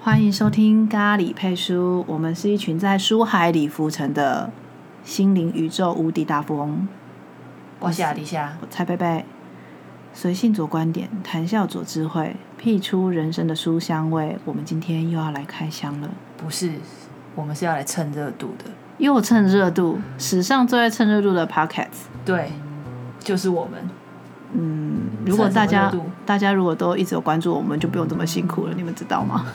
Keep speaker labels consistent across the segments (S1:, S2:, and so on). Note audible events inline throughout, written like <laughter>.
S1: 欢迎收听咖喱配书，我们是一群在书海里浮沉的心灵宇宙无敌大富翁。
S2: 我是阿迪夏，
S1: 我蔡贝贝，随性左观点，谈笑左智慧，辟出人生的书香味。我们今天又要来开箱了，
S2: 不是，我们是要来蹭热度的。
S1: 又趁热度，史上最爱趁热度的 Pocket。
S2: 对，就是我们。 <laughs>
S1: 嗯，如果
S2: 趁什么
S1: 大家
S2: 热度
S1: 大家如果都一直有关注我们，就不用这么辛苦了，你们知道吗？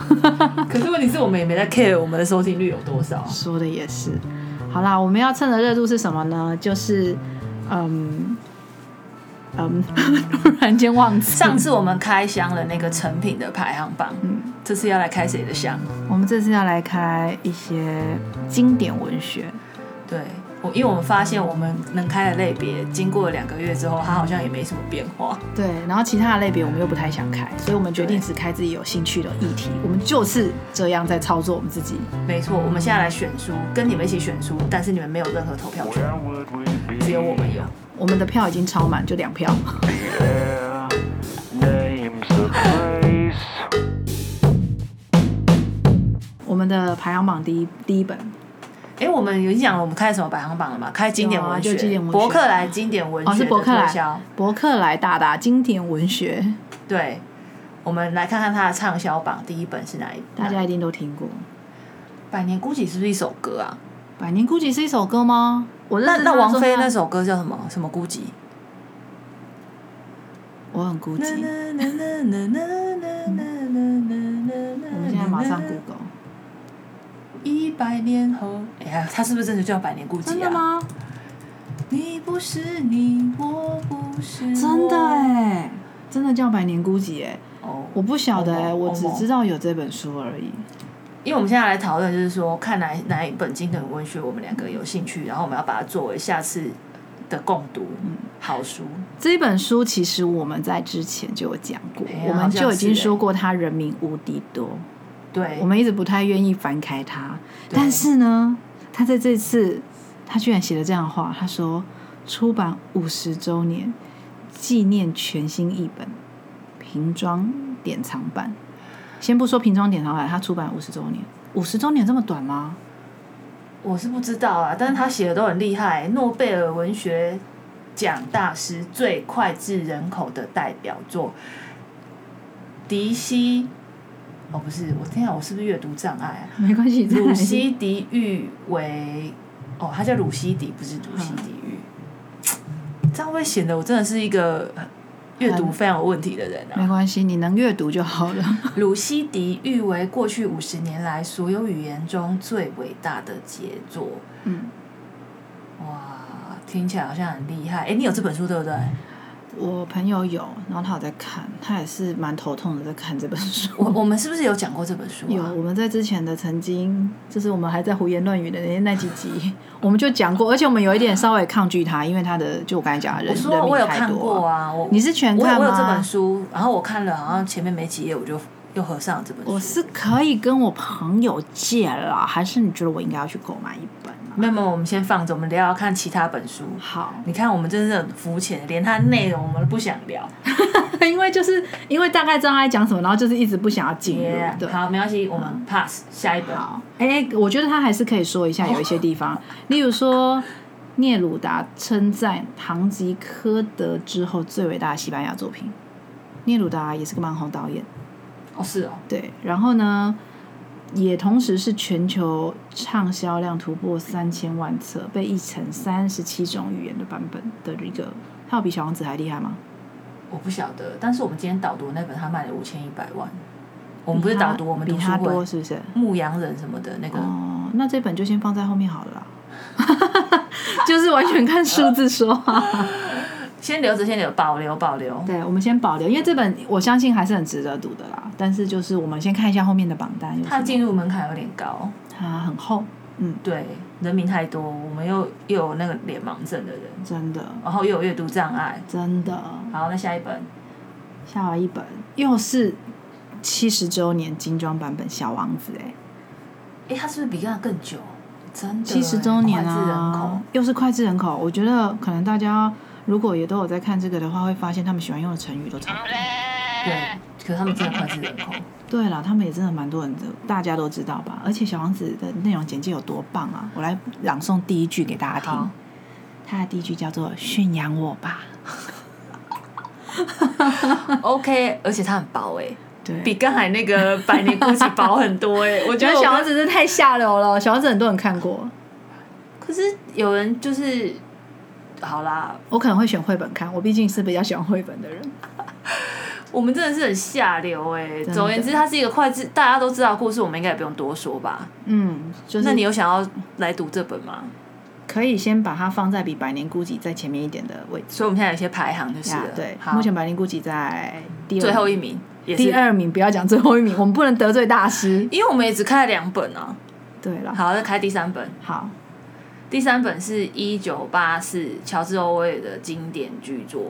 S2: 可是问题是我们也没在 care 我们的收听率有多少。啊
S1: 说的也是。好啦，我们要趁的热度是什么呢？就是，嗯，嗯， <laughs> 突然间忘记。
S2: 上次我们开箱了那个成品的排行榜，嗯，这次要来开谁的箱？
S1: 我们这次要来开一些经典文学，
S2: 对，我因为我们发现我们能开的类别，经过两个月之后，它好像也没什么变化。
S1: 对，然后其他的类别我们又不太想开，所以我们决定只开自己有兴趣的议题。我们就是这样在操作我们自己。
S2: 没错，我们现在来选书，跟你们一起选书，但是你们没有任何投票权，
S3: Where would we be?
S2: 只有我们有。
S1: 我们的票已经超满，就两票。 <laughs>
S3: Yeah, name's a place.
S1: 我们的排行榜第一第一本，
S2: 哎，我们有讲了我们开什么排行榜了嘛？开经典
S1: 有啊
S2: 文学，
S1: 就经典文学
S2: 伯克莱经典文学
S1: 哦，是
S2: 的
S1: 伯克
S2: 推销
S1: 莱，伯克莱大大经典文学，
S2: 对，我们来看看它的畅销榜，第一本是哪一本？
S1: 大家一定都听过。
S2: 百年孤寂》是不是一首歌啊？
S1: 《百年孤寂》是一首歌吗？我认
S2: 那
S1: 识
S2: 那王菲那
S1: 首，
S2: 首歌叫什么？什么孤寂？
S1: 我很孤
S2: 我
S1: 寂。我们
S2: 们
S1: 现在马上 Google，
S2: 一百年后，哎呀，它是不是真的叫《百年孤寂》啊？
S1: 真的？吗？
S2: 你不是你，我不是我
S1: 真的哎、真的叫《百年孤寂》哎，
S2: 哦，
S1: 我不晓得哎、
S2: 哦
S1: 我只
S2: 哦
S1: 知道有这本书而已。
S2: 因为我们现在来讨论，就是说看哪哪一本经典文学我们两个有兴趣，然后我们要把它作为下次的共读
S1: 嗯
S2: 好书。
S1: 这一本书其实我们在之前就有讲过
S2: 哎呀，
S1: 我们就已经
S2: 好像是哎
S1: 说过它人民无敌多，
S2: 对
S1: 我，们一直不太愿意翻开它，
S2: 对
S1: 但是呢，他在这次他居然写了这样的话，他说出版五十周年，纪念全新译本瓶装典藏版。先不说瓶装典藏版，它出版五十周年，五十周年这么短吗？
S2: 我是不知道啊，但是他写的都很厉害，诺贝尔文学奖大师最脍炙人口的代表作，迪西，哦不是，我天啊，我是不是阅读障碍啊？
S1: 没关系，再来
S2: 鲁西迪喻为，哦，他叫鲁西迪，不是鲁西迪喻，这样会显得我真的是一个阅读非常有问题的人啊
S1: 没。关系，你能阅读就好了。 <laughs>
S2: 鲁西迪誉为过去五十年来所有语言中最伟大的杰作。
S1: 嗯，
S2: 哇，听起来好像很厉害。哎，你有这本书对不对？
S1: 我朋友有，然后他有在看，他也是蛮头痛的，在看这本书。
S2: 我我们是不是有讲过这本书、啊？
S1: 有，我们在之前的曾经，就是我们还在胡言乱语的那那几集， <laughs> 我们就讲过，而且我们有一点稍微抗拒它，因为它的就我刚才讲的人
S2: 我说
S1: 人
S2: 我
S1: 名
S2: 有
S1: 太
S2: 看
S1: 多
S2: 过
S1: 啊。
S2: 啊，我
S1: 你是全看吗
S2: 我有我有这本书，然后我看了，好像前面没几页我就又合上了这本书。
S1: 我是可以跟我朋友借啦，还是你觉得我应该要去购买一本啊？
S2: 没有没有，我们先放着，我们聊聊看其他本书。
S1: 好， <laughs>
S2: 你看，我们真是很肤浅，连它内容我们都不想聊。
S1: 因为就是因为大概知道他在讲什么，然后就是一直不想要进入。
S2: Yeah，
S1: 对，
S2: 好，没关系，我们 pass 下一本。
S1: 好，哎、我觉得他还是可以说一
S2: 哦
S1: 下有一些地方，例如说聂鲁达称赞堂吉诃德之后最伟大的西班牙作品。聂鲁达也是个蛮红导演，
S2: 哦，是哦，
S1: 对，然后呢，也同时是全球畅销量突破三千万册，被译成三十七种语言的版本的一个。它有比小王子还厉害吗？
S2: 我不晓得，但是我们今天导读那本，他卖了五千一百万。我们不是
S1: 比它
S2: 导读，我们
S1: 比
S2: 读书
S1: 他多
S2: 会。
S1: 是不是？
S2: 牧羊人什么的那个，
S1: 哦，那这本就先放在后面好了啦， <laughs> 就是完全看数字说话。
S2: 先留着，先留，保留，保留。
S1: 对，我们先保留，因为这本我相信还是很值得读的啦。但是就是我们先看一下后面的榜单有什
S2: 它
S1: 么，
S2: 进入门槛有点高，
S1: 它很厚，嗯，
S2: 对，人民太多，我们又又有那个脸盲症的人，
S1: 真的
S2: 然后又有阅读障碍。
S1: 真的。
S2: 好，那下一本，
S1: 下了一本又是七十周年精装版本《小王子、欸》哎，
S2: 哎，它是不是比那更久？真的，
S1: 七十周年
S2: 脍炙人口
S1: 啊，，又是脍炙人口。我觉得可能大家如果也都有在看这个的话，会发现他们喜欢用的成语都差不多。
S2: 对，可是他们真的脍炙人口。
S1: 对了，他们也真的蛮多人的，大家都知道吧？而且小王子的内容简介有多棒啊！我来朗诵第一句给大家听
S2: 好。
S1: 他的第一句叫做“驯养我吧
S2: <laughs> OK，而且它很薄哎、”，
S1: 对，
S2: 比刚才那个百年孤寂薄很多 <laughs> 哎、我
S1: 我觉得小王子是太下流了，小王子很多人看过，
S2: 可是有人就是好啦，
S1: 我可能会选绘本看，我毕竟是比较喜欢绘本的人。
S2: 我们真的是很下流哎、
S1: 的
S2: 总而言之，它是一个脍炙大家都知道的故事，我们应该也不用多说吧。
S1: 嗯，就是
S2: 那你有想要来读这本吗？
S1: 可以先把它放在比《百年孤寂》在前面一点的位置。
S2: 所以我们现在有一些排行就是
S1: 呀
S2: 了
S1: 对，
S2: 好
S1: 目前《百年孤寂》在第二
S2: 最后一名也是
S1: 第，二名，不要讲最后一名，我们不能得罪大师。
S2: 因为我们也只开了两本啊。
S1: 对了，
S2: 好，再开第三本。
S1: 好，
S2: 第三本是一九八四乔治·欧威尔的经典巨作，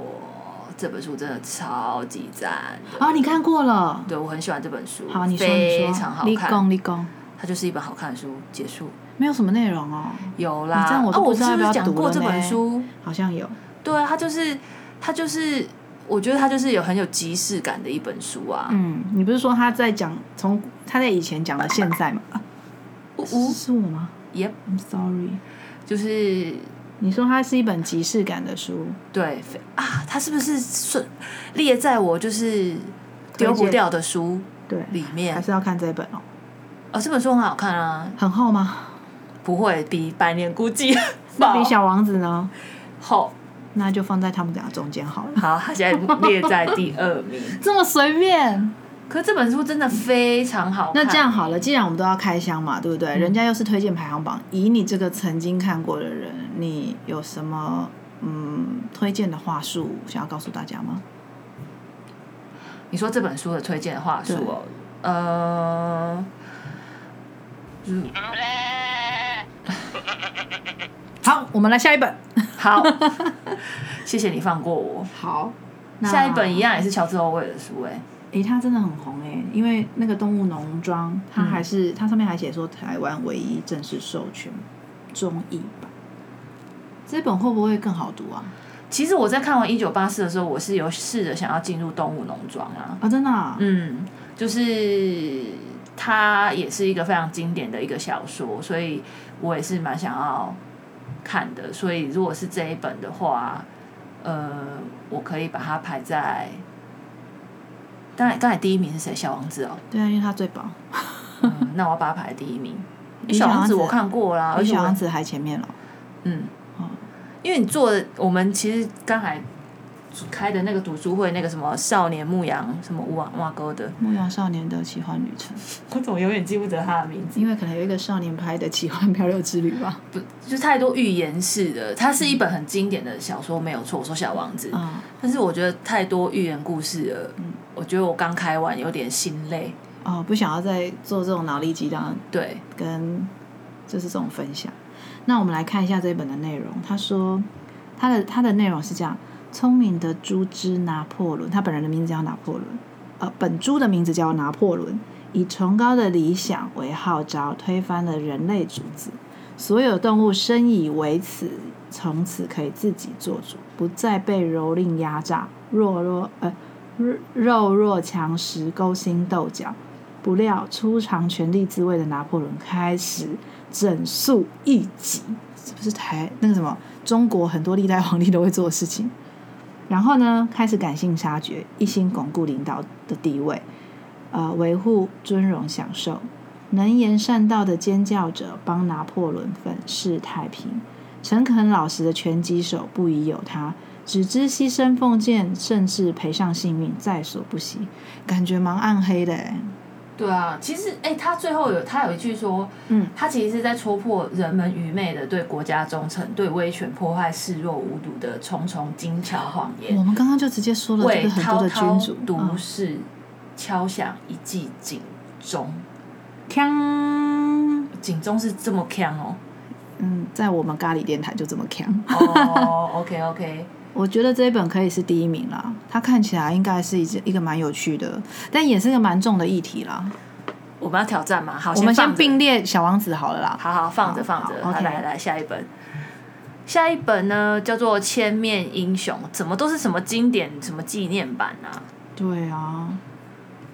S2: 这本书真的超级赞的。
S1: 哦，你看过了。
S2: 对我很喜欢这本书，
S1: 好，你说你
S2: 非
S1: 说，
S2: 常好
S1: 立
S2: 看，
S1: 功立功，
S2: 它就是一本好看的书。结束，
S1: 没有什么内容哦，
S2: 有啦，
S1: 你这样我
S2: 啊，
S1: 都不
S2: 我
S1: 知道要
S2: 是不
S1: 不要读了
S2: 是
S1: 呢
S2: 讲过这本书？
S1: 好像有。
S2: 对啊，它就是它就是，我觉得它就是有很有即视感的一本书啊。
S1: 嗯，你不是说他在讲从他在以前讲了现在吗？
S2: 啊呜
S1: 是
S2: 呜，
S1: 是我吗
S2: 也
S1: ？I'm sorry。
S2: 就是
S1: 你说它是一本即视感的书，
S2: 对非啊，它是不是顺列在我就是丢
S1: 推
S2: 不
S1: 荐
S2: 掉的书
S1: 对，
S2: 里
S1: 还
S2: 面？
S1: 是要看这本哦？
S2: 哦，这本书很好看啊，
S1: 很厚吗？
S2: 不会比《百年孤寂》
S1: 那比
S2: 薄
S1: 小王子呢？
S2: 厚。
S1: 那就放在他们俩中间好
S2: <laughs>
S1: 了。
S2: 好，它现在列在第二名。
S1: <laughs> 这么随便？
S2: 可这本书真的非常好看。嗯
S1: 那这样好了，既然我们都要开箱嘛，对不对？人家又是推荐排行榜，以你这个曾经看过的人，你有什么嗯推荐的话术想要告诉大家吗？
S2: 你说这本书的推荐的话术哦，呃，就是
S1: 好，我们来下一本。
S2: 好， <laughs> 谢谢你放过我。
S1: 好，
S2: 下一本一。样也是乔治·欧威尔的书、哎，
S1: 诶、它真的很红诶、因为那个动物农庄，它还是、它上面还写说台湾唯一正式授权中译版。这本会不会更好读啊？
S2: 其实我在看完《一九八四》的时候，我是有试着想要进入动物农庄啊，
S1: 啊，真的、啊，
S2: 嗯，就是它也是一个非常经典的一个小说，所以我也是蛮想要看的。所以如果是这一本的话，呃，我可以把它排在。当然，刚才第一名是谁？小王子哦、
S1: 对啊，因为它最薄，
S2: 嗯那我要把它排第一名。
S1: 比
S2: 小
S1: 小王
S2: 王子
S1: 子
S2: 我看过啦，而
S1: 比
S2: 且
S1: 小
S2: 我
S1: 王子还前面了。
S2: 嗯
S1: 哦，
S2: 因为你做的，我们其实刚才开的那个读书会，那个什么少年牧羊什么乌瓦瓦沟的，
S1: 《牧羊少年的奇幻旅程》，
S2: 我怎么永远记不得他的名字？
S1: 因为可能有一个少年拍的奇幻漂流之旅吧。
S2: 不，就太多寓言式的，它是一本很经典的小说，没有错。我说小王子，
S1: 啊、
S2: 但是我觉得太多寓言故事了，我觉得我刚开完有点心累。
S1: 哦，不想要再做这种脑力激荡
S2: 对，
S1: 跟就是这种分享。那我们来看一下这一本的内容。他说，他的他的内容是这样：聪明的猪之拿破仑，他本人的名字叫拿破仑，呃，本猪的名字叫拿破仑，以崇高的理想为号召，推翻了人类主子，所有动物深以为耻，从此可以自己做主，不再被蹂躏压榨，弱弱呃肉弱强食，勾心斗角。不料初尝权力滋味的拿破仑开始整肃异己，是不是台那个什么中国很多历代皇帝都会做的事情？然后呢，开始赶尽杀绝，一心巩固领导的地位，呃，维护尊荣享受。能言善道的尖叫者帮拿破仑粉饰太平，诚恳老实的拳击手不疑有他，只知牺牲奉献，甚至赔上性命在所不惜，感觉蛮暗黑的欸
S2: 对啊，其实哎、他最后有他有一句说，
S1: 嗯，
S2: 他其实是在戳破人们愚昧的对国家忠诚、对威权迫害视若无睹的重重精巧谎言，
S1: 我们刚刚就直接说了这
S2: 为
S1: 个很多
S2: 滔
S1: 的
S2: 滔
S1: 君主，
S2: 毒
S1: 嗯
S2: 誓、敲响一记警钟。
S1: 锵，
S2: 警钟是这么强哦。
S1: 嗯，在我们咖喱电台就这么锵。
S2: 哦，OK OK，
S1: 我觉得这一本可以是第一名啦，它看起来应该是一件一个蛮有趣的，但也是个蛮重的议题啦。
S2: 我们要挑战嘛？好，
S1: 我们
S2: 放
S1: 先
S2: 着
S1: 并列小王子好了啦。
S2: 好好放着放
S1: 好
S2: 着，
S1: 好
S2: 好
S1: ，OK
S2: 来来下一本，下一本呢叫做《千面英雄》，怎么都是什么经典什么纪念版啊？
S1: 对啊，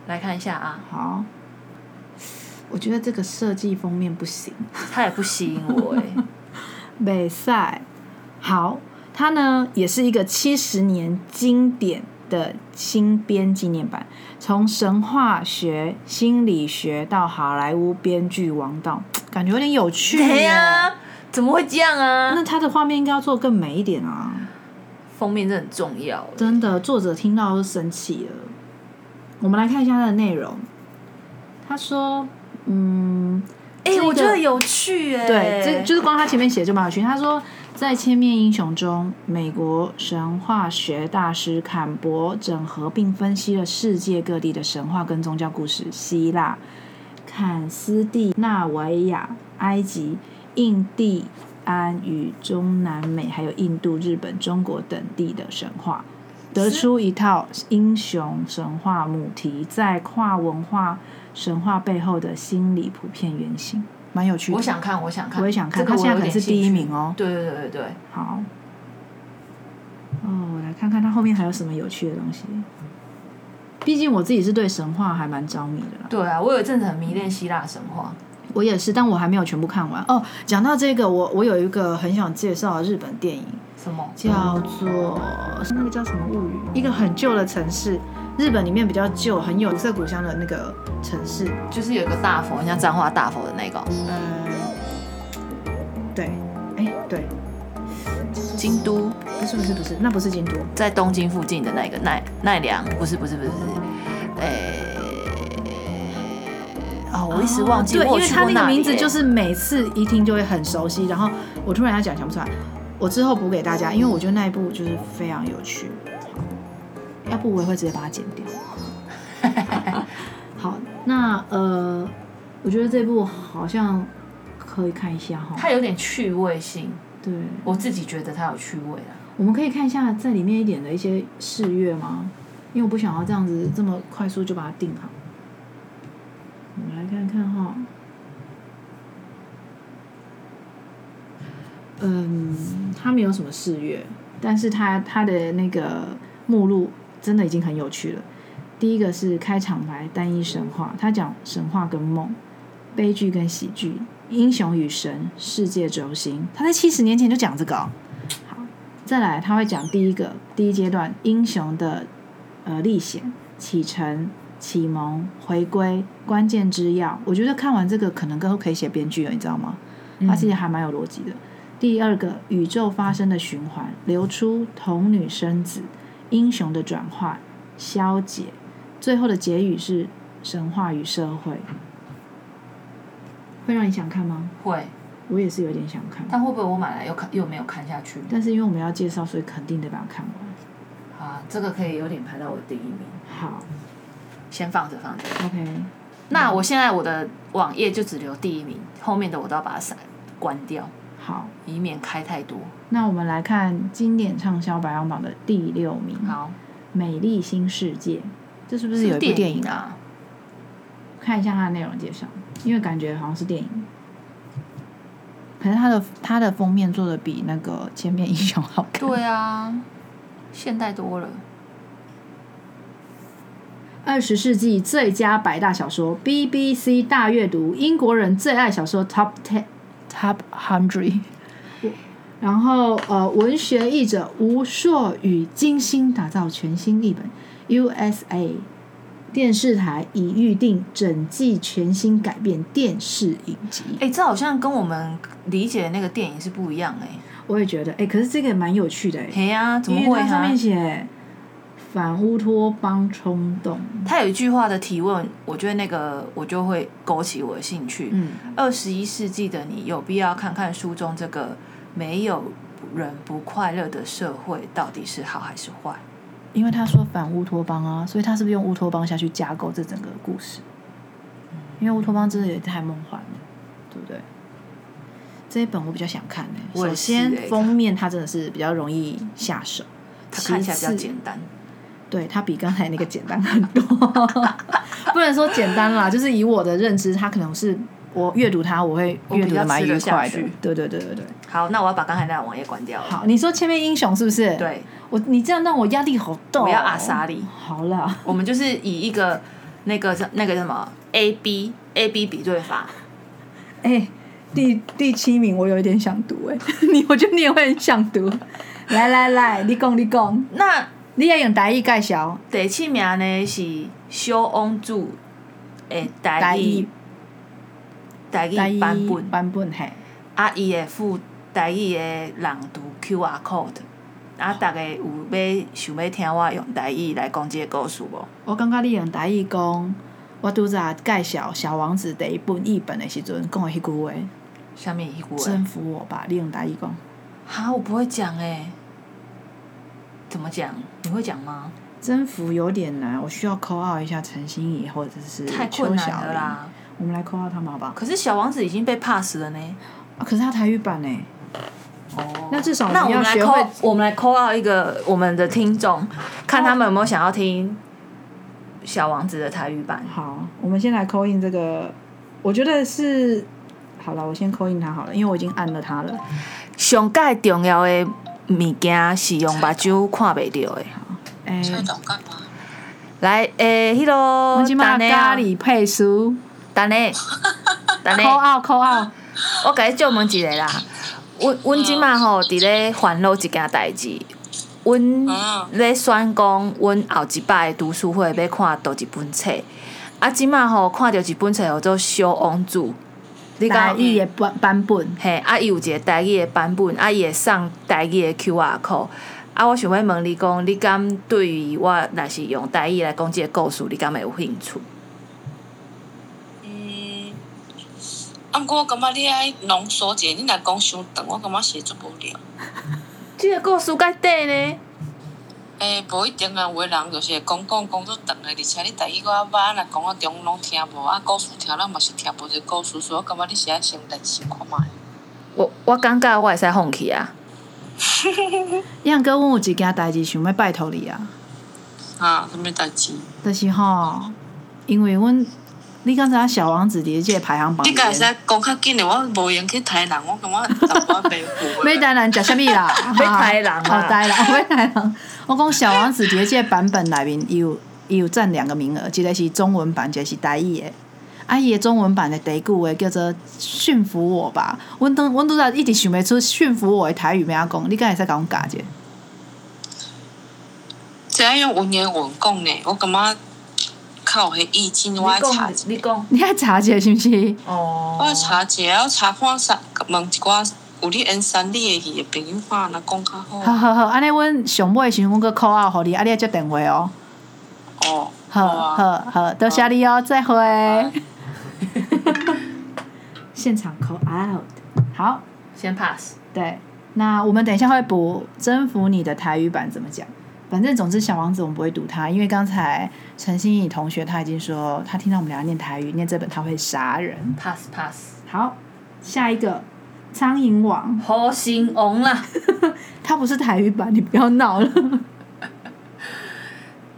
S2: 来看一下啊，
S1: 好，我觉得这个设计封面不行。
S2: 它也不吸引我哎、
S1: <laughs> 北赛，好，它呢也是一个七十年经典的新编纪念版，从神话学、心理学到好莱坞编剧王道，感觉有点有趣耶。
S2: 对呀、怎么会这样啊
S1: 那？它的画面应该要做得更美一点啊！
S2: 封面真的很重要，
S1: 真的，作者听到都生气了。我们来看一下它的内容。他说：“嗯，
S2: 哎、
S1: 这个
S2: 我觉得有趣哎、
S1: 对，这就是光他前面写就蛮有趣。他说，在《千面英雄》中，美国神话学大师坎伯整合并分析了世界各地的神话跟宗教故事，希腊、坎斯蒂纳维亚、埃及、印第安与中南美，还有印度、日本、中国等地的神话。得出一套英雄神话母题，在跨文化神话背后的心理普遍原型，蛮有趣的。
S2: 我想看，我想看，
S1: 我也想看，
S2: 这个
S1: 他
S2: 我
S1: 现在
S2: 有
S1: 可
S2: 点
S1: 能是第一
S2: 兴趣。
S1: 名哦。
S2: 对对对对对，
S1: 好，哦，我来看看他后面还有什么有趣的东西。毕竟我自己是对神话还蛮着迷的啦，
S2: 对啊，我有一阵子很迷恋希腊神话，
S1: 我也是，但我还没有全部看完。哦，讲到这个，我我有一个很想介绍的日本电影，
S2: 什么？
S1: 叫做那个叫什么物语，一个很旧的城市，日本里面比较旧、很有古色古香的那个城市，
S2: 就是有一个大佛，很像彰化大佛的那个哦
S1: 呃，对，哎，对，
S2: 京都，
S1: 不是不是不是，那不是京都，
S2: 在东京附近的那个奈奈良，不是不是不是，哎、哦，我一时忘记
S1: 哦对，
S2: 我
S1: 因
S2: 有
S1: 为
S2: 去
S1: 他
S2: 过
S1: 那个
S2: 里
S1: 名字
S2: 耶
S1: 就是每次一听就会很熟悉，然后我突然要讲想不出来，我之后补给大家，因为我觉得那一部就是非常有趣，要不我也会直接把它剪掉。好，那呃，我觉得这部好像可以看一下哈。
S2: 它有点趣味性，
S1: 对，
S2: 我自己觉得它有趣味啊。
S1: 我们可以看一下在里面一点的一些试阅吗？因为我不想要这样子这么快速就把它定好。我们来看看哈。嗯，它没有什么试阅，但是它它的那个目录真的已经很有趣了。第一个是开场白单一神话，它讲神话跟梦、悲剧跟喜剧、英雄与神、世界轴心。他在七十年前就讲这个、哦。好，再来他会讲第一个第一阶段英雄的呃历险、启程、启蒙、回归、关键之要。我觉得看完这个可能更可以写编剧了，你知道吗？
S2: 嗯
S1: 它其实还蛮有逻辑的。第二个，宇宙发生的循环，流出童女生子，英雄的转化，消解，最后的结语是神话与社会，会让你想看吗？
S2: 会，
S1: 我也是有点想看，
S2: 但会不会我买来又看又没有看下去
S1: 但是因为我们要介绍，所以肯定得把它看完。
S2: 啊？这个可以有点排到我第一名，
S1: 好
S2: 先放着放着。
S1: ，OK，
S2: 那我现在我的网页就只留第一名，后面的我都要把它删关掉，
S1: 好，
S2: 以免开太多。
S1: 那我们来看经典畅销排行榜的第六名，《
S2: 好，
S1: 美丽新世界》，这是不是有一部
S2: 嗯是
S1: 电
S2: 电
S1: 影啊？
S2: 啊？
S1: 看一下它的内容介绍，因为感觉好像是电影。可是它的它的封面做的比那个《千面英雄》好看。
S2: 对啊，现代多了。
S1: 二十世纪最佳百大小说，BBC 大阅读，英国人最爱小说 Top Ten Top Hundred。然后呃，文学译者吴硕宇精心打造全新译本，USA 电视台已预定整季全新改变电视影集。
S2: 哎、这好像跟我们理解的那个电影是不一样哎、
S1: 我也觉得，哎、可是这个也蛮有趣的、哎。
S2: 嘿呀、怎么
S1: 因为
S2: 会
S1: 它上
S2: 啊
S1: 面？写反乌托邦冲动，
S2: 他有一句话的提问，我觉得那个我就会勾起我的兴趣。
S1: 嗯，
S2: 二十一世纪的你有必要看看书中这个没有人不快乐的社会到底是好还是坏？
S1: 因为他说反乌托邦啊，所以他是不是用乌托邦下去架构这整个故事？因为乌托邦真的也太梦幻了，对不对？这一本我比较想看呢、
S2: 我
S1: 首
S2: 也是
S1: 先
S2: 欸
S1: 封面它真的是比较容易下手，
S2: 它看起来比较
S1: 其次
S2: 简单，
S1: 对，它比刚才那个简单很多， <laughs> 不能说简单啦，就是以我的认知，它可能是我阅读它，我会
S2: 我
S1: 阅
S2: 比
S1: 读
S2: 较
S1: 的蛮
S2: 吃得
S1: 愉
S2: 下
S1: 快的
S2: 去。
S1: 对对对对对。
S2: 好，那我要把刚才那个网页关掉了。
S1: 好，你说千面英雄是不是？，
S2: 对，
S1: 我你这样让我压力好大、哦。
S2: 我要阿莎莉
S1: 好了，
S2: 我们就是以一个那个什那个什么 A B A B 比对法，
S1: 哎、第第七名我有一点想读哎、 <laughs> 你我觉得你也会很想读。来来来，你讲你讲，
S2: 那
S1: 你也用台语介绍
S2: 第七名呢是小王子的台
S1: 台
S2: 语
S1: 语
S2: 台
S1: 台
S2: 语
S1: 语
S2: 版本，
S1: 版本嘿，
S2: 啊，伊会附台语的朗读 QR code，啊，
S1: 哦
S2: 逐个有要想要听我用台语来讲即个故事无？
S1: 我感觉你用台语讲，我拄则介绍《小王子》第一本译本的时阵讲的迄句话，
S2: 啥物迄句话
S1: 征？服我吧！你用台语讲，
S2: 哈，我不会讲诶、怎么讲？你会讲吗？
S1: 征服有点难，我需要扣号一下陈欣怡或者是
S2: 太
S1: 呃
S2: 困
S1: 邱
S2: 难
S1: 小
S2: 了
S1: 玲，
S2: 啦！
S1: 我们来扣号他们好不好？
S2: 可是小王子已经被 pass 了呢。
S1: 啊可是他台语版呢、
S2: 哦
S1: 那至少
S2: 那我
S1: 你
S2: 们
S1: 要
S2: 来
S1: 学
S2: call，
S1: 会
S2: 我们来 call 到一个我们的听众，看他们有没有想要听小王子的台语版。
S1: 好，我们先来扣印这个，我觉得是好了，我先扣印他好了，因为我已经按了他了。
S2: 上界重要的物件是用目睭看袂到的。
S1: 哎、
S2: 来，诶、迄落
S1: 我今嘛咖，喱啊配酥，
S2: 等
S1: <laughs>
S2: 下，等
S1: 扣
S2: 下，
S1: 号扣号，
S2: 我甲你借问一个啦。阮阮即满吼，伫咧烦恼一件代志。阮
S4: 嗯
S2: 咧选讲，阮后一摆的读书会要看倒一本册。啊，即满吼看到一本册叫做《小王子》，你
S1: 台
S2: 讲
S1: 语的版版本，
S2: 嘿，啊，伊有一个台语的版本，啊，伊会送台语的 QR code。啊，我想要问你讲，你敢对于我若是用台语来讲即个故事，你敢会有兴趣？
S4: 嗯，啊，毋过我感觉你爱浓缩者，你若讲伤长，我感觉是足无聊。
S2: 即个故事介短呢？
S4: 诶、无一定啊，有诶人就是会讲讲讲足长诶，而且你家己搁较歹，若讲啊中拢听无，啊故事听咱嘛是听无一个故事，所以我感觉你是爱先练习看觅。
S2: 我我感觉我会使放弃啊。
S1: 样哥问我一件代志，想要拜托你啊，
S4: 啊，什物代志？
S1: 就是吼，因为阮你刚才小王子伫即个排行
S2: 哦
S1: 榜
S4: 你
S1: 里
S4: 家会使
S1: 面，
S4: 讲较紧诶，我无闲去台人，我感觉淡薄仔袂赴
S1: 要台人食啥物 <laughs> 啦？
S2: 要台人啊
S1: 好台 <laughs> 人，要台人。我讲小王子伫即个版本内面伊有伊有占两个名额，一个是中文版，一个是台语的。啊，伊的中文版的第一句话叫做“驯服我吧”，阮当阮拄则一直想袂出“驯服我”的台语咩啊讲，你敢会使甲阮教者？ <laughs>
S4: 这样用文言文讲呢，我感觉较有迄意境，我爱查
S2: 你讲
S4: 一下，
S2: 你讲。
S1: 你爱查者是毋是？
S2: 哦。
S4: 我查一下，我查看三，问一寡有你演三里的戏的朋友看，若讲较
S1: 好
S4: 好。
S1: 好好，安尼阮上尾的时阵，阮搁 call out 互你，啊，你来接电话哦。
S4: 哦，
S1: 好
S4: 啊，
S1: 好好，多谢你哦，再会。 <laughs>
S4: 拜
S1: 现场 call out。好，
S2: 先 pass。
S1: 对，那我们等一下会补征服你的台语版怎么讲。反正总之，小王子我们不会读它，因为刚才陈欣怡同学他已经说，他听到我们俩念台语，念这本他会杀人。
S2: pass pass。
S1: 好，下一个苍蝇王，
S2: 好心王啦，
S1: 它不是台语版，你不要闹了。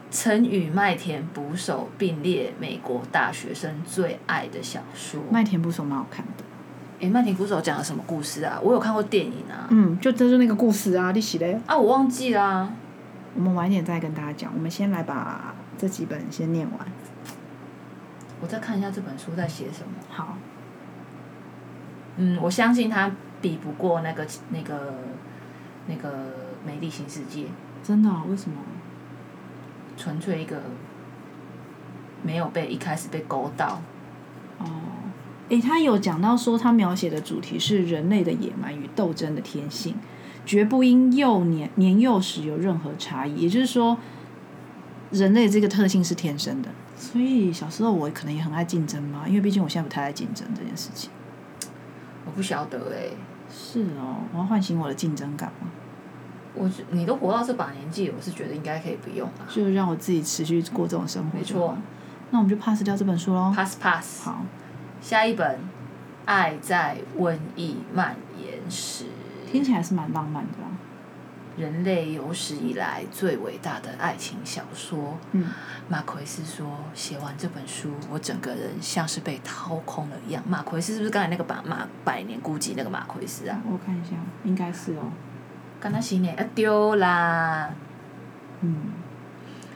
S2: 曾与麦田捕手并列美国大学生最爱的小说。
S1: 麦田捕手蛮好看的，
S2: 诶，麦田捕手讲了什么故事啊？我有看过电影啊，
S1: 嗯，就这就是那个故事啊，你洗嘞。
S2: 啊，我忘记啦、
S1: 我们晚一点再跟大家讲，我们先来把这几本先念完。
S2: 我再看一下这本书在写什么。
S1: 好，
S2: 嗯，我相信它比不过那个那个那个《美丽新世界》，
S1: 真的、哦？为什么？
S2: 纯粹一个没有被一开始被勾到。
S1: 哦，诶，他有讲到说，他描写的主题是人类的野蛮与斗争的天性，绝不因幼年年幼时有任何差异。也就是说，人类这个特性是天生的。所以小时候我可能也很爱竞争嘛，因为毕竟我现在不太爱竞争这件事情。
S2: 我不晓得哎、
S1: 是哦，我要唤醒我的竞争感嘛，
S2: 我是你都活到这把年纪，我是觉得应该可以不用啊啦。
S1: 就让我自己持续过这种生活
S2: 没
S1: 就好
S2: 错
S1: 了。那我们就 pass 掉这本书喽。
S2: ，pass pass。
S1: 好。
S2: 下一本《爱在瘟疫蔓延时》，
S1: 听起来是蛮浪漫的啊啦。
S2: 人类有史以来最伟大的爱情小说。
S1: 嗯，
S2: 马奎斯说：“写完这本书，我整个人像是被掏空了一样。”马奎斯是不是刚才那个把马百年孤寂那个马奎斯啊？
S1: 我看一下，应该是哦。
S2: 哎刚才新年啊丢啦！
S1: 嗯，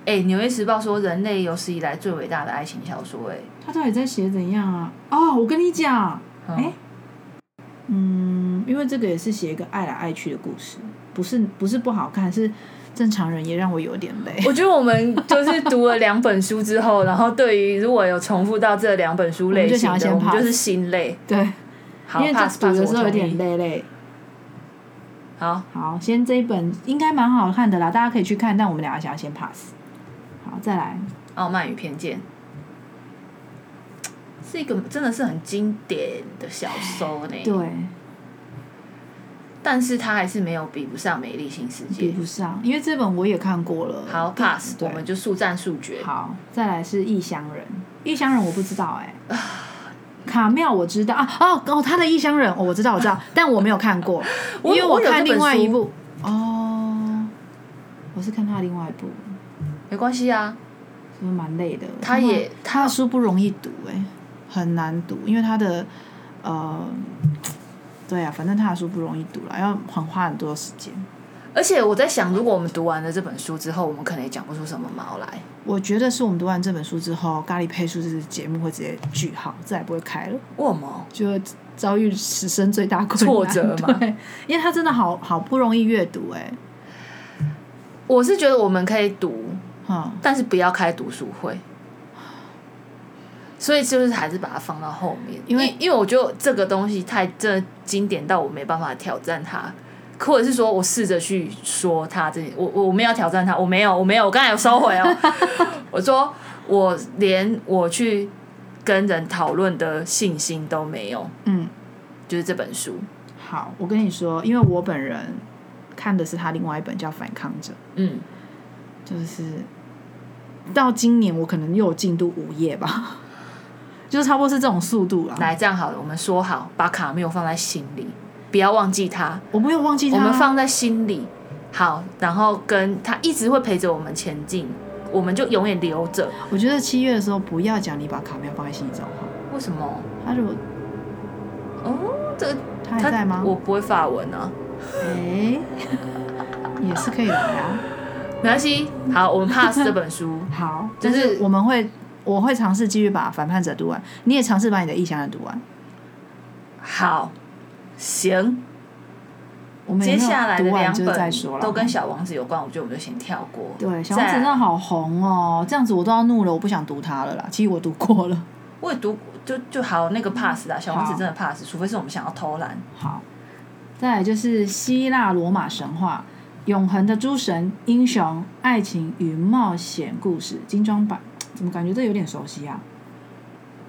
S2: 哎、哎，《纽约时报》说人类有史以来最伟大的爱情小说、欸，
S1: 他到底在写怎样啊？哦，我跟你讲，
S2: 哎、
S1: 哎嗯，因为这个也是写一个爱来爱去的故事，不是不是不好看，是正常人也让我有点累。
S2: <laughs> 我觉得我们就是读了两本书之后，然后对于如果有重复到这两本书类型
S1: 我们就想要
S2: 的，
S1: 先
S2: 我们
S1: pass
S2: 就是心累。
S1: 对，
S2: 好
S1: <laughs> 因为这
S2: pass
S1: 读
S2: pass，
S1: 的
S2: 我
S1: 时候有
S2: 同意
S1: 点。累累。
S2: 好，
S1: 好，先这一本应该蛮好看的啦，大家可以去看，但我们两个想要先 pass。好，再来，
S2: 《傲慢与偏见》是一个真的是很经典的小说呢。
S1: 对，
S2: 但是它还是没有比不上《美丽新世界
S1: 比》不上，因为这本我也看过了。
S2: 好
S1: 对
S2: pass，
S1: 对
S2: 我们就速战速决。
S1: 好，再来是异乡人，异乡人我不知道哎、
S2: 啊
S1: 卡妙我知道啊哦哦，他的异乡人、哦我知道我知
S2: <laughs>
S1: 道，但我没有看过，因
S2: 我
S1: 为
S2: 我有
S1: 看
S2: 这本
S1: 另外
S2: 书
S1: 一部哦，我是看他另外一部，
S2: 没关系啊，
S1: 是不是蛮累的？
S2: 他也
S1: 他的书不容易读哎、很难读，因为他的呃，对啊，反正他的书不容易读了，要很花很多时间。
S2: 而且我在想，如果我们读完了这本书之后，我们可能也讲不出什么毛来。
S1: 我觉得是我们读完这本书之后，咖喱配书这个节目会直接句号，再也不会开了。
S2: 为什么？
S1: 就遭遇此生最大困难
S2: 挫折嘛
S1: <laughs> 对，因为他真的好好不容易阅读哎、
S2: 我是觉得我们可以读，
S1: 哈、
S2: 但是不要开读书会。所以就是还是把它放到后面，
S1: 因为
S2: 因为我觉得这个东西太真的经典到我没办法挑战它，或者是说我试着去说它这我我我没有挑战它，我没有我没有，我刚才有收
S1: <laughs>
S2: 回哦，我说我连我去跟人讨论的信心都没有，
S1: 嗯，
S2: 就是这本书，
S1: 好，我跟你说，因为我本人看的是他另外一本叫《反抗者
S2: 嗯，》，
S1: 就是到今年我可能又有进度五页吧， <laughs> 就是差不多是这种速度了。
S2: 来这样好了，我们说好把卡缪放在心里，不要忘记他，
S1: 我没有忘记他，
S2: 我们放在心里。好，然后跟他一直会陪着我们前进，我们就永远留着。
S1: 我觉得七月的时候不要讲你把卡妙放在心里这种话，
S2: 为什么？
S1: 他如果
S2: 哦，这个
S1: 他还在吗？
S2: 我不会发文啊，
S1: 哎、 <laughs> 也是可以来啊。
S2: 没关系。好，我们 pass 这
S1: <laughs>
S2: 本书。
S1: 好，
S2: 就
S1: 就是是我们会，我会尝试继续把《反叛者》读完，你也尝试把你的《异乡人》读完。
S2: 好，行。
S1: 我们有
S2: 接
S1: 没有
S2: 下来的
S1: 读完
S2: 两
S1: 就是再
S2: 本
S1: 说了，
S2: 都跟小王子有关，我觉得我们就先跳过。
S1: 对小
S2: 再
S1: 王
S2: 来
S1: 子真的好红哦，这样子我都要怒了，我不想读它了啦。其实我读过了。
S2: 我也读，就就好那个 pass 啦。小王子
S1: 好
S2: 真的 pass，除非是我们想要偷懒。
S1: 好，再来就是希腊罗马神话。永恒的诸神、英雄、爱情与冒险故事精装版，怎么感觉这有点熟悉啊？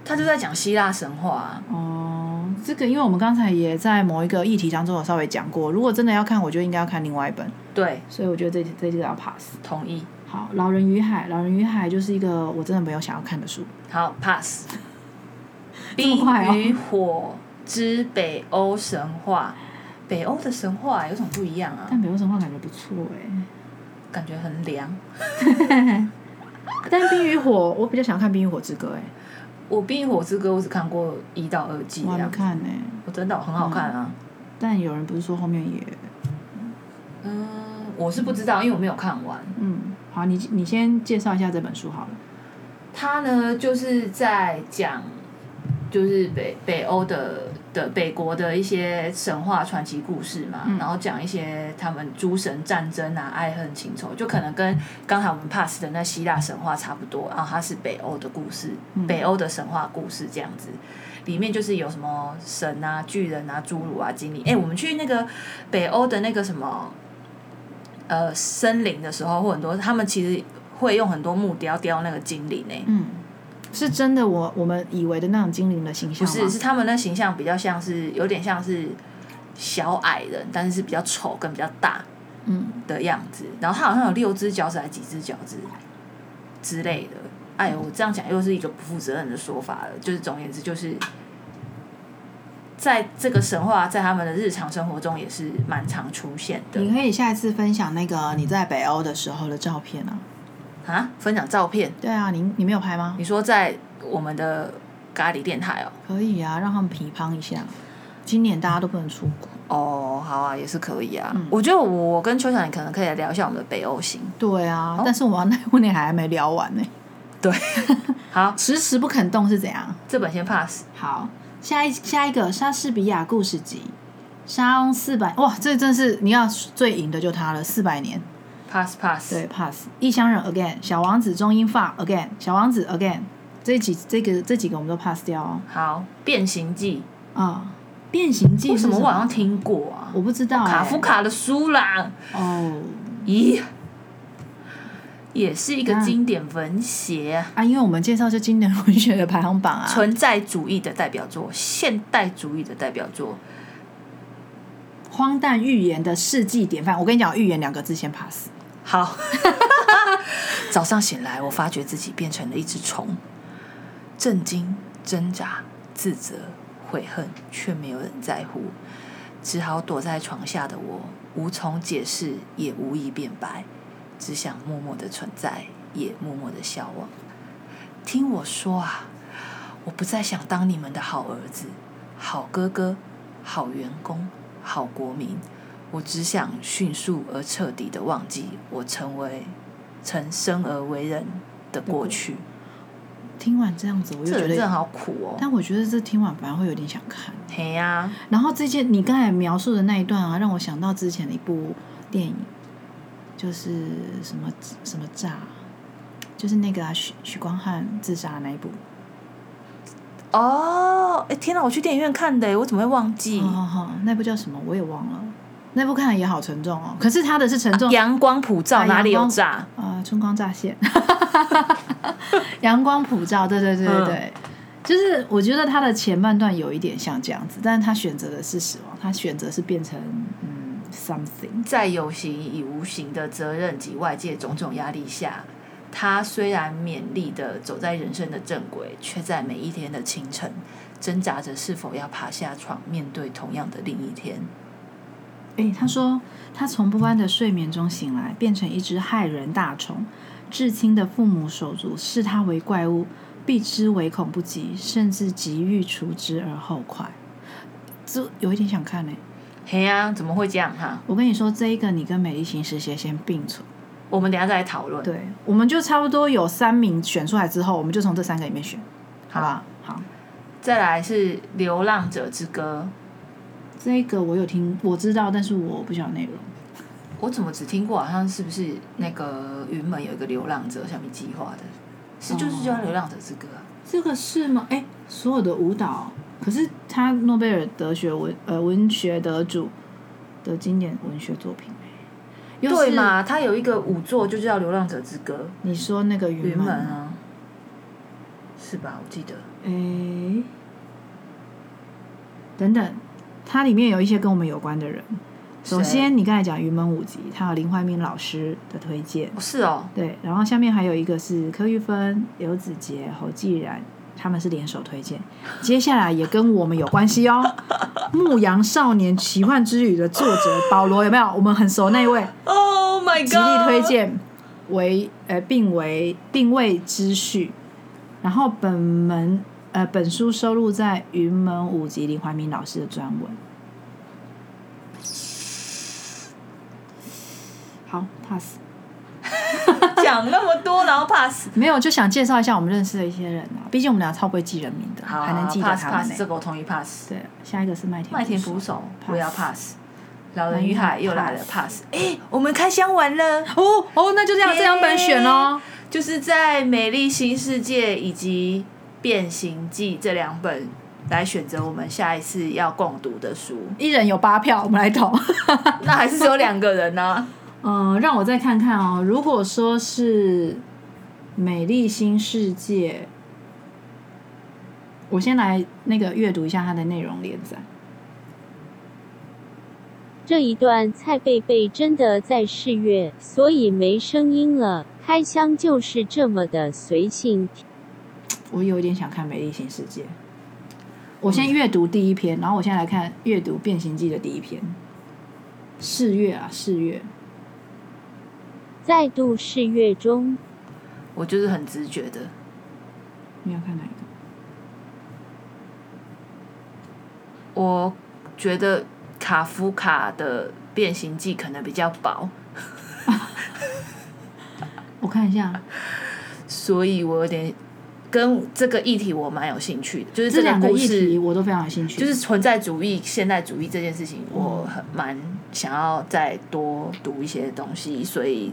S2: 他就在讲希腊神话、啊。
S1: 哦，这个因为我们刚才也在某一个议题当中有稍微讲过，如果真的要看，我就应该要看另外一本，
S2: 对，
S1: 所以我觉得这这就要 pass。
S2: 同意。
S1: 好，《老人与海》，《老人与海》就是一个我真的没有想要看的书。
S2: 好，pass。
S1: <laughs> 这么
S2: 冰
S1: 快哦
S2: 与火之北欧神话，北欧的神话有什么不一样啊？
S1: 但《北欧神话》感觉不错哎、
S2: 感觉很凉。
S1: 但《冰与火》，我比较想看《冰与火之歌》哎、
S2: 我《冰与火之歌》我只看过一到二季
S1: 我
S2: 这
S1: 还没
S2: 样，
S1: 看呢、欸
S2: 我真的很好看啊。
S1: 但有人不是说后面也
S2: 嗯，我是不知道，因为我没有看完。
S1: 嗯，好，你你先介绍一下这本书好了。
S2: 他呢，就是在讲，就是北北欧的的北国的一些神话传奇故事嘛，
S1: 嗯
S2: 然后讲一些他们诸神战争啊、爱恨情仇，就可能跟刚才我们 pass 的那希腊神话差不多。然后它是北欧的故事，
S1: 嗯
S2: 北欧的神话故事这样子。里面就是有什么神啊、巨人啊、侏儒啊、精灵。哎、我们去那个北欧的那个什么，呃，森林的时候，或很多他们其实会用很多木雕雕那个精灵诶、
S1: 嗯，是真的我我们以为的那种精灵的形
S2: 不
S1: 象吗？
S2: 是，是他们那形象比较像是有点像是小矮人，但是是比较丑跟比较大
S1: 嗯，
S2: 的样子。然后他好像有六只脚趾还几只脚趾之类的。哎呦，我这样讲又是一个不负责任的说法了。就是总而言之，就是在这个神话在他们的日常生活中也是蛮常出现的
S1: 你可以下一次分享那个你在北欧的时候的照片啊。
S2: 啊。分享照片，
S1: 对啊，你你没有拍吗？
S2: 你说在我们的咖喱电台哦，
S1: 可以啊，让他们批判一下。今年大家都不能出国。
S2: 哦，好啊，也是可以啊。
S1: 嗯
S2: 我觉得我跟秋翔可能可以来聊一下我们的北欧行。
S1: 对啊，
S2: 哦
S1: 但是我们那婚内还没聊完呢、
S2: 对，好，
S1: <laughs> 迟迟不肯动是怎样？
S2: 这本先 pass。
S1: 好，下一下一个莎士比亚故事集，莎翁四百哇，这真是你要最赢的就他了，四百年。
S2: pass pass，
S1: 对，pass。异乡人 again，小王子中英法 again，小王子 again，这几这个这几个我们都 pass 掉哦。
S2: 好，《变形记
S1: 啊、变形》记
S2: 为
S1: 是
S2: 什么我好像
S1: 么？
S2: 听过啊？
S1: 我不知道、欸。
S2: 卡夫卡的书啦，
S1: 哦
S2: 咦，也是一个
S1: 嗯
S2: 经典文学啊、
S1: 啊，因为我们介绍就经典文学的排行榜啊。
S2: 存在主义的代表作，现代主义的代表作。
S1: 荒诞预言的世纪典范。我跟你讲，预言两个字先 pass。
S2: 好， <laughs> 早上醒来，我发觉自己变成了一只虫，震惊、挣扎、自责、悔恨，却没有人在乎，只好躲在床下的我，无从解释，也无以辩白，只想默默的存在，也默默的消亡。听我说啊，我不再想当你们的好儿子、好哥哥、好员工、好国民，我只想迅速而彻底的忘记我成为、曾生而为人的过去。
S1: 听完这样子，我就
S2: 这
S1: 觉
S2: 人真的
S1: 得，
S2: 好苦哦。
S1: 但我觉得这听完反而会有点想看。
S2: 嘿呀、
S1: 然后这件你刚才描述的那一段啊，让我想到之前的一部电影，就是什么什么炸，就是那个、啊、许许光汉自杀的那一部。
S2: 哦，哎天哪，我去电影院看的，我怎么会忘记？
S1: 好好好，哦那部叫什么我也忘了，那部看了也好沉重哦。可是他的是沉重，
S2: 阳光普照
S1: 啊
S2: 哪里有
S1: 阳光
S2: 炸？
S1: 啊，春光乍现， <laughs> 阳光普照，对对对对对，就是我觉得他的前半段有一点像这样子，但是他选择的是死亡，他选择是变成嗯 something，
S2: 在有形与无形的责任及外界种种压力下，他虽然勉力的走在人生的正轨，却在每一天的清晨挣扎着是否要爬下床，面对同样的另一天。
S1: 诶，他说他从不安的睡眠中醒来，变成一只害人大虫，至亲的父母手足视他为怪物，避之唯恐不及，甚至急欲除之而后快。这有一点想看呢、
S2: 嘿呀、怎么会这样哈、
S1: 我跟你说，这一个你跟美丽行实鞋先并存。
S2: 我们等一下再来讨论。
S1: 对，我们就差不多有三名选出来之后，我们就从这三个里面选，好吧？好，
S2: 再来是《流浪者之歌
S1: 这个我有听，我知道，但是我不晓得内容。》，
S2: 我怎么只听过？好像是不是那个云门有一个流浪者下面计划的？是就是叫《流浪者之歌》啊。
S1: 这个是吗？哎，所有的舞蹈，可是他诺贝尔得学文呃文学得主的经典文学作品，又
S2: 对
S1: 是
S2: 嘛？他有一个舞作就叫《流浪者之歌》。
S1: 你说那个云
S2: 云
S1: 门
S2: 门
S1: 啊？
S2: 啊，是吧？我记得
S1: 哎，等等，它里面有一些跟我们有关的人。首
S2: 谁
S1: 先，你刚才讲云门舞集，它有林怀民老师的推荐。
S2: 哦是哦，
S1: 对，然后下面还有一个是柯玉芬、刘子杰、侯继然，他们是联手推荐。接下来也跟我们有关系哦，《牧羊少年奇幻之旅》的作者保罗有没有？我们很熟那一位，
S2: ，Oh my
S1: 极力推荐为呃并为并位之序。然后本门呃本书收录在云门舞集林怀民老师的专文。好，pass。
S2: 讲那么多，然后 pass，
S1: 没有，就想介绍一下我们认识的一些人啊。毕竟我们俩超不会记人名的，<laughs>
S2: 好，啊
S1: 还能记得
S2: pass
S1: 他们
S2: pass，这
S1: 呢。
S2: 个我同意 pass。
S1: 对，下一个是麦田
S2: 麦田
S1: 捕
S2: 捕
S1: 手
S2: 手，
S1: pass
S2: 我要 pass。老人与海又来了
S1: pass
S2: pass。哎，我们开箱完了，
S1: 哦哦，那就这样，
S2: 耶
S1: 这两本选哦。
S2: 就是在《美丽新世界》以及《变形记》这两本来选择我们下一次要共读的书。
S1: 一人有八票，我们来
S2: <laughs>
S1: 投。
S2: 那还是只有两个人呢？
S1: 嗯，让我再看看哦。如果说是《美丽新世界》，我先来那个阅读一下它的内容啊连载。
S5: 这一段蔡贝贝真的在试乐，所以没声音了。开箱就是这么的随性。
S1: 我有一点想看《美丽新世界》，我先阅读第一篇，然后我现在来看阅读《变形记》的第一篇。四月啊，四月，
S5: 再度试乐中，
S2: <laughs> 我就是很直觉的，
S1: 你要看哪一个？
S2: 我觉得卡夫卡的《变形记》可能比较薄，
S1: 我看一
S2: 啊
S1: 下，
S2: 所以我有点跟这个议题我蛮有兴趣的，就是
S1: 这
S2: 个
S1: 两个
S2: 故
S1: 议题
S2: 事，
S1: 我都非常有兴趣。
S2: 就是存在主义、现代主义这件事情，我很蛮想要再多读一些东西，所以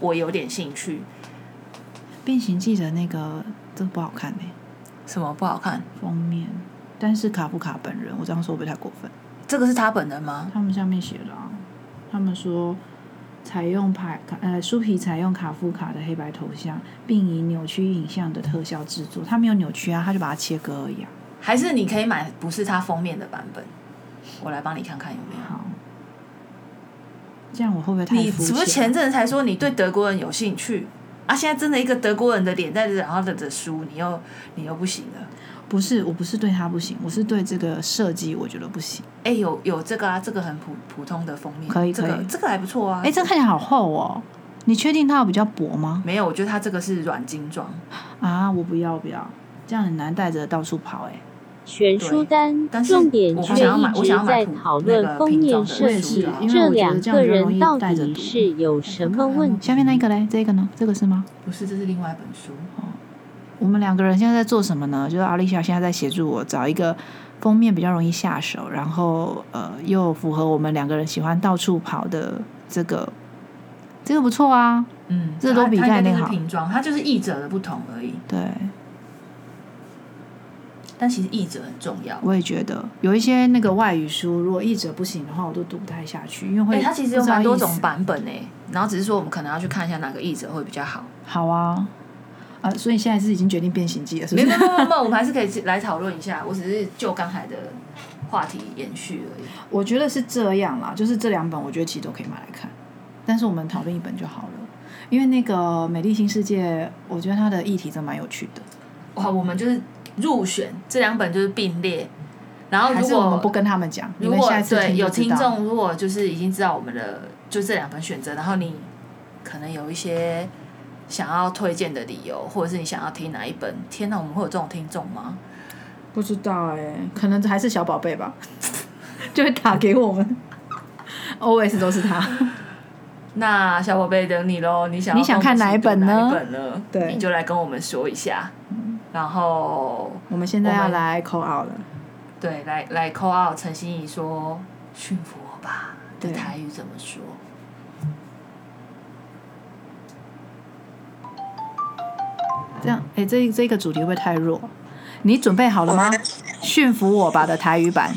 S2: 我有点兴趣。
S1: 变形记的那个这不好看呢、
S2: 什么不好看？
S1: 封面。但是卡夫卡本人，我这样说会不会太过分？
S2: 这个是他本人吗？
S1: 他们下面写了、啊，他们说采用牌卡呃书皮采用卡夫卡的黑白头像，并以扭曲影像的特效制作，他没有扭曲啊，他就把它切割而已啊。
S2: 还是你可以买不是他封面的版本？我来帮你看看有没有。
S1: 好，这样我会不会太
S2: 你
S1: 肤
S2: 是不是
S1: 浅啊
S2: 前阵子才说你对德国人有兴趣啊？现在真的一个德国人的脸在这，然后的的书，你又你又不行了。
S1: 不是，我不是对他不行，我是对这个设计我觉得不行。
S2: 哎、有有这个啊，这个很普普通的封面，
S1: 可以
S2: 这个
S1: 可以
S2: 这个还不错啊。
S1: 哎、这看起来好厚哦，你确定它有比较薄吗？
S2: 没有，我觉得它这个是软精装，
S1: 啊，我不要不要，这样很难带着到处跑哎、
S5: 全书单
S2: 但，是
S5: 重点却
S2: 我想要买
S5: 一
S2: 我想要
S5: 直
S2: 买
S5: 在
S2: 普
S5: 讨
S2: 那
S5: 论
S2: 个
S5: 封
S2: 瓶
S5: 面
S2: 装的
S5: 设
S2: 书
S5: 计
S2: 啊，
S1: 因为
S5: 这
S1: 我觉得
S5: 两
S1: 这样
S5: 个
S1: 比较容
S5: 人
S1: 易
S5: 到
S1: 带着
S5: 底
S1: 读
S5: 是有什么问题
S1: 嗯下？面那个嘞，这个呢？这个是吗？
S2: 不是，这是另外一本书。
S1: 我们两个人现在在做什么呢？就是阿丽莎现在在协助我找一个封面比较容易下手，然后呃又符合我们两个人喜欢到处跑的这个，这个不错啊。
S2: 嗯，
S1: 这都比
S2: 它它
S1: 概
S2: 应该
S1: 念
S2: 就是
S1: 好
S2: 瓶装，它就是译者的不同而已。
S1: 对，
S2: 但其实译者很重要。
S1: 我也觉得有一些那个外语书，如果译者不行的话，我都读不太下去，因为
S2: 哎、
S1: 会
S2: 它其实
S1: 不
S2: 有
S1: 知道
S2: 蛮多
S1: 意思
S2: 种。版本诶、然后只是说我们可能要去看一下哪个译者会比较好。
S1: 好啊，啊，所以现在是已经决定变形记了，是不
S2: 没
S1: 是
S2: 有？没有没有没有，我们还是可以来讨论一下。我只是就刚才的话题延续而已。
S1: 我觉得是这样啦，就是这两本我觉得其实都可以买来看，但是我们讨论一本就好了，因为那个《美丽新世界》，我觉得它的议题真蛮有趣的。
S2: 哇，我们就是入选这两本就是并列，然后
S1: 还
S2: 哦如
S1: 是我们不
S2: 果
S1: 跟他们讲，你
S2: 如
S1: 们
S2: 果
S1: 下一次
S2: 对有
S1: 听
S2: 听
S1: 就知道
S2: 众，如果就是已经知道我们的就这两本选择，然后你可能有一些想要推荐的理由，或者是你想要听哪一本？天哪，我们会有这种听众吗？
S1: 不知道哎、可能还是小宝贝吧， <laughs> 就会打给我们。always 都是他，
S2: 那小宝贝等你喽，你想
S1: 你想看
S2: 哪
S1: 哪一本呢
S2: 哪一本呢？
S1: 对
S2: 你就来跟我们说一下，然后
S1: 我们现在
S2: 我
S1: 要
S2: 们
S1: 来 call out 了，
S2: 对，来来 call out 陈心怡说：“驯服我吧。”的
S1: 对
S2: 台语怎么说？
S1: 这样哎、这这个主题会不会太弱？你准备好了吗？驯服我吧的台语版，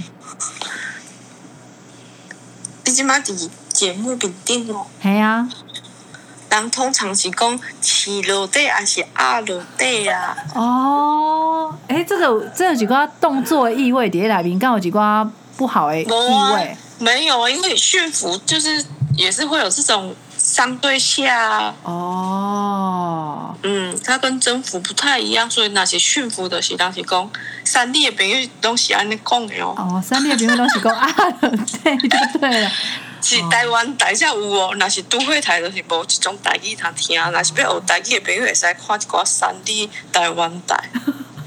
S6: 你即马伫节目面顶哦，
S1: 嘿呀、
S6: 人通常是讲饲落底还是压落底啊？
S1: 哦，哎、这个这有几个动作意味，底下来宾刚有几个不好的意
S6: 无啊
S1: 味，
S6: 没有啊，因为驯服就是也是会有这种上对下啊，
S1: 哦，
S6: 嗯，它跟征服不太一样，所以那些驯服的是人是讲，三地的朋友拢是安尼讲的哦，
S1: 哦，三列评论都是讲啊，对就对了。
S6: 是台湾台下有哦，若是都会台就是无即种台语通听，若是要学台语的朋友会使看一寡三地台湾台，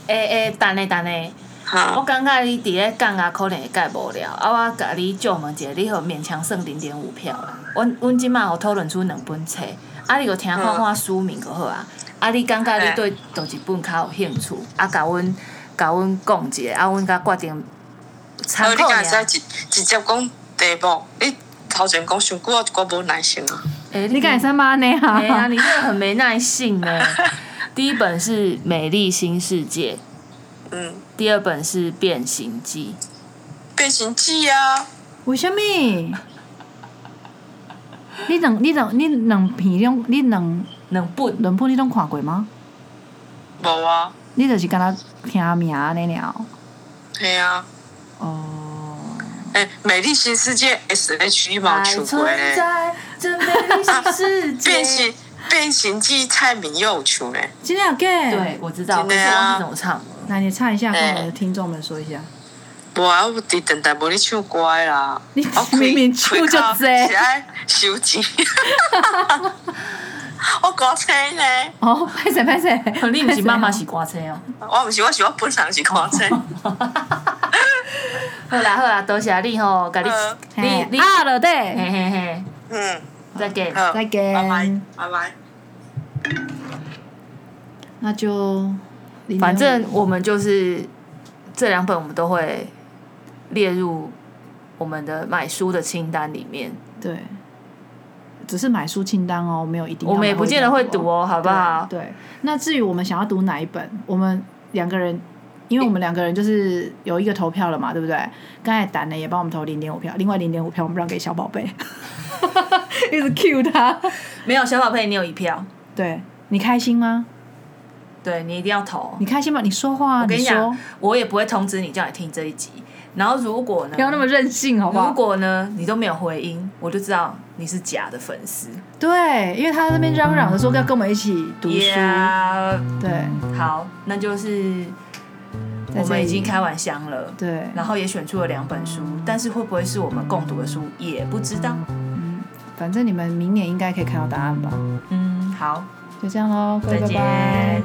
S2: 诶诶，等咧等咧，我
S6: 哈，
S2: 感觉你伫咧讲啊，可能会解无了。啊，我甲你借问者，你互勉强算零点五票啦。阮阮即满有讨论出两本册，啊，你著听看看书名就好啊。啊，你感觉你对倒一本较有兴趣？啊，甲阮甲阮讲一下，啊，阮甲决定
S6: 所
S2: 参
S6: 以你
S2: 考
S6: 敢
S2: 一
S6: 会
S2: 下。
S6: 使直直接讲题目，你头前讲上久，我就无耐心啊。
S2: 诶，
S1: 你 <laughs> 敢会使吗？你啊
S2: 哎呀，你真的很没耐性呢。第一本是《美丽新世界》，
S6: 嗯，
S2: 第二本是《变形记
S6: 变形记啊，
S1: 为什么？你两你两你两片你拢你两》，
S2: 两本
S1: 两部你拢看过吗？
S6: 无啊，
S1: 你就是敢若听名安尼了。
S6: 嘿啊，
S1: 哦，
S6: 诶、美丽新世界 S H E 嘛
S2: 哎
S6: 有唱过
S2: 存
S6: 咧，
S2: 在这美丽新世界。
S6: <laughs> 变形变形记蔡明佑有唱咧，
S1: 真的有哎假？，
S2: 对，我知道，可
S6: 真
S2: 是
S6: 的
S2: 忘
S6: 啊
S2: 记怎么唱了。
S1: <laughs> 那你唱一下，跟我们的听众们说一下。
S6: 无啊，我伫电台无咧唱歌的啦，
S1: 你
S6: 我开
S1: 明明唱就多
S6: 开口是爱收钱，我歌星咧，
S1: 哦，拍谁拍谁？
S2: 你不是妈妈是歌车哦，
S6: 我毋是，我是我本人是歌星，
S2: <laughs> 好啦好啦，多谢你吼，甲你
S6: 嗯
S2: 你你，
S1: 啊，落底，
S2: 嘿嘿嘿，
S6: 嗯，
S2: 再见。
S6: 好，
S1: 再见
S6: 拜拜，拜拜。
S1: 那就0.5
S2: 反正我们就是这两本，我们都会列入我们的买书的清单里面。
S1: 对，只是买书清单哦，没有一定要
S2: 我们也
S1: 买
S2: 不
S1: 回
S2: 见得
S1: 家
S2: 会读哦，好不好？
S1: 对，对那至于我们想要读哪一本，我们两个人，因为我们两个人就是有一个投票了嘛，对不对？刚才胆呢也帮我们投零点五票，另外零点五票我们让给小宝贝， <laughs> 一直 Q 他。
S2: 没有小宝贝，你有一票，
S1: 对你开心吗？
S2: 对你一定要投
S1: 你。开心吗？你说话、啊，
S2: 我跟
S1: 你
S2: 你讲
S1: 说，，
S2: 我也不会通知你叫你听这一集。然后如果呢
S1: 不，要那么任性，好不
S2: 如
S1: 好？
S2: 果呢你都没有回音，我就知道你是假的粉丝。
S1: 对，因为他在那边嚷嚷着说要跟我们一起读书
S2: 嗯 Yeah，
S1: 对，
S2: 好，那就是
S1: 在
S2: 我
S1: 这
S2: 们已
S1: 里
S2: 经开完箱了。
S1: 对，
S2: 然后也选出了两本书，但是会不会是我们共读的书也不知道。
S1: 反正你们明年应该可以看到答案吧？
S2: 嗯，好，
S1: 就这样喽，各
S2: 再
S1: 位拜
S2: 见。
S1: 拜。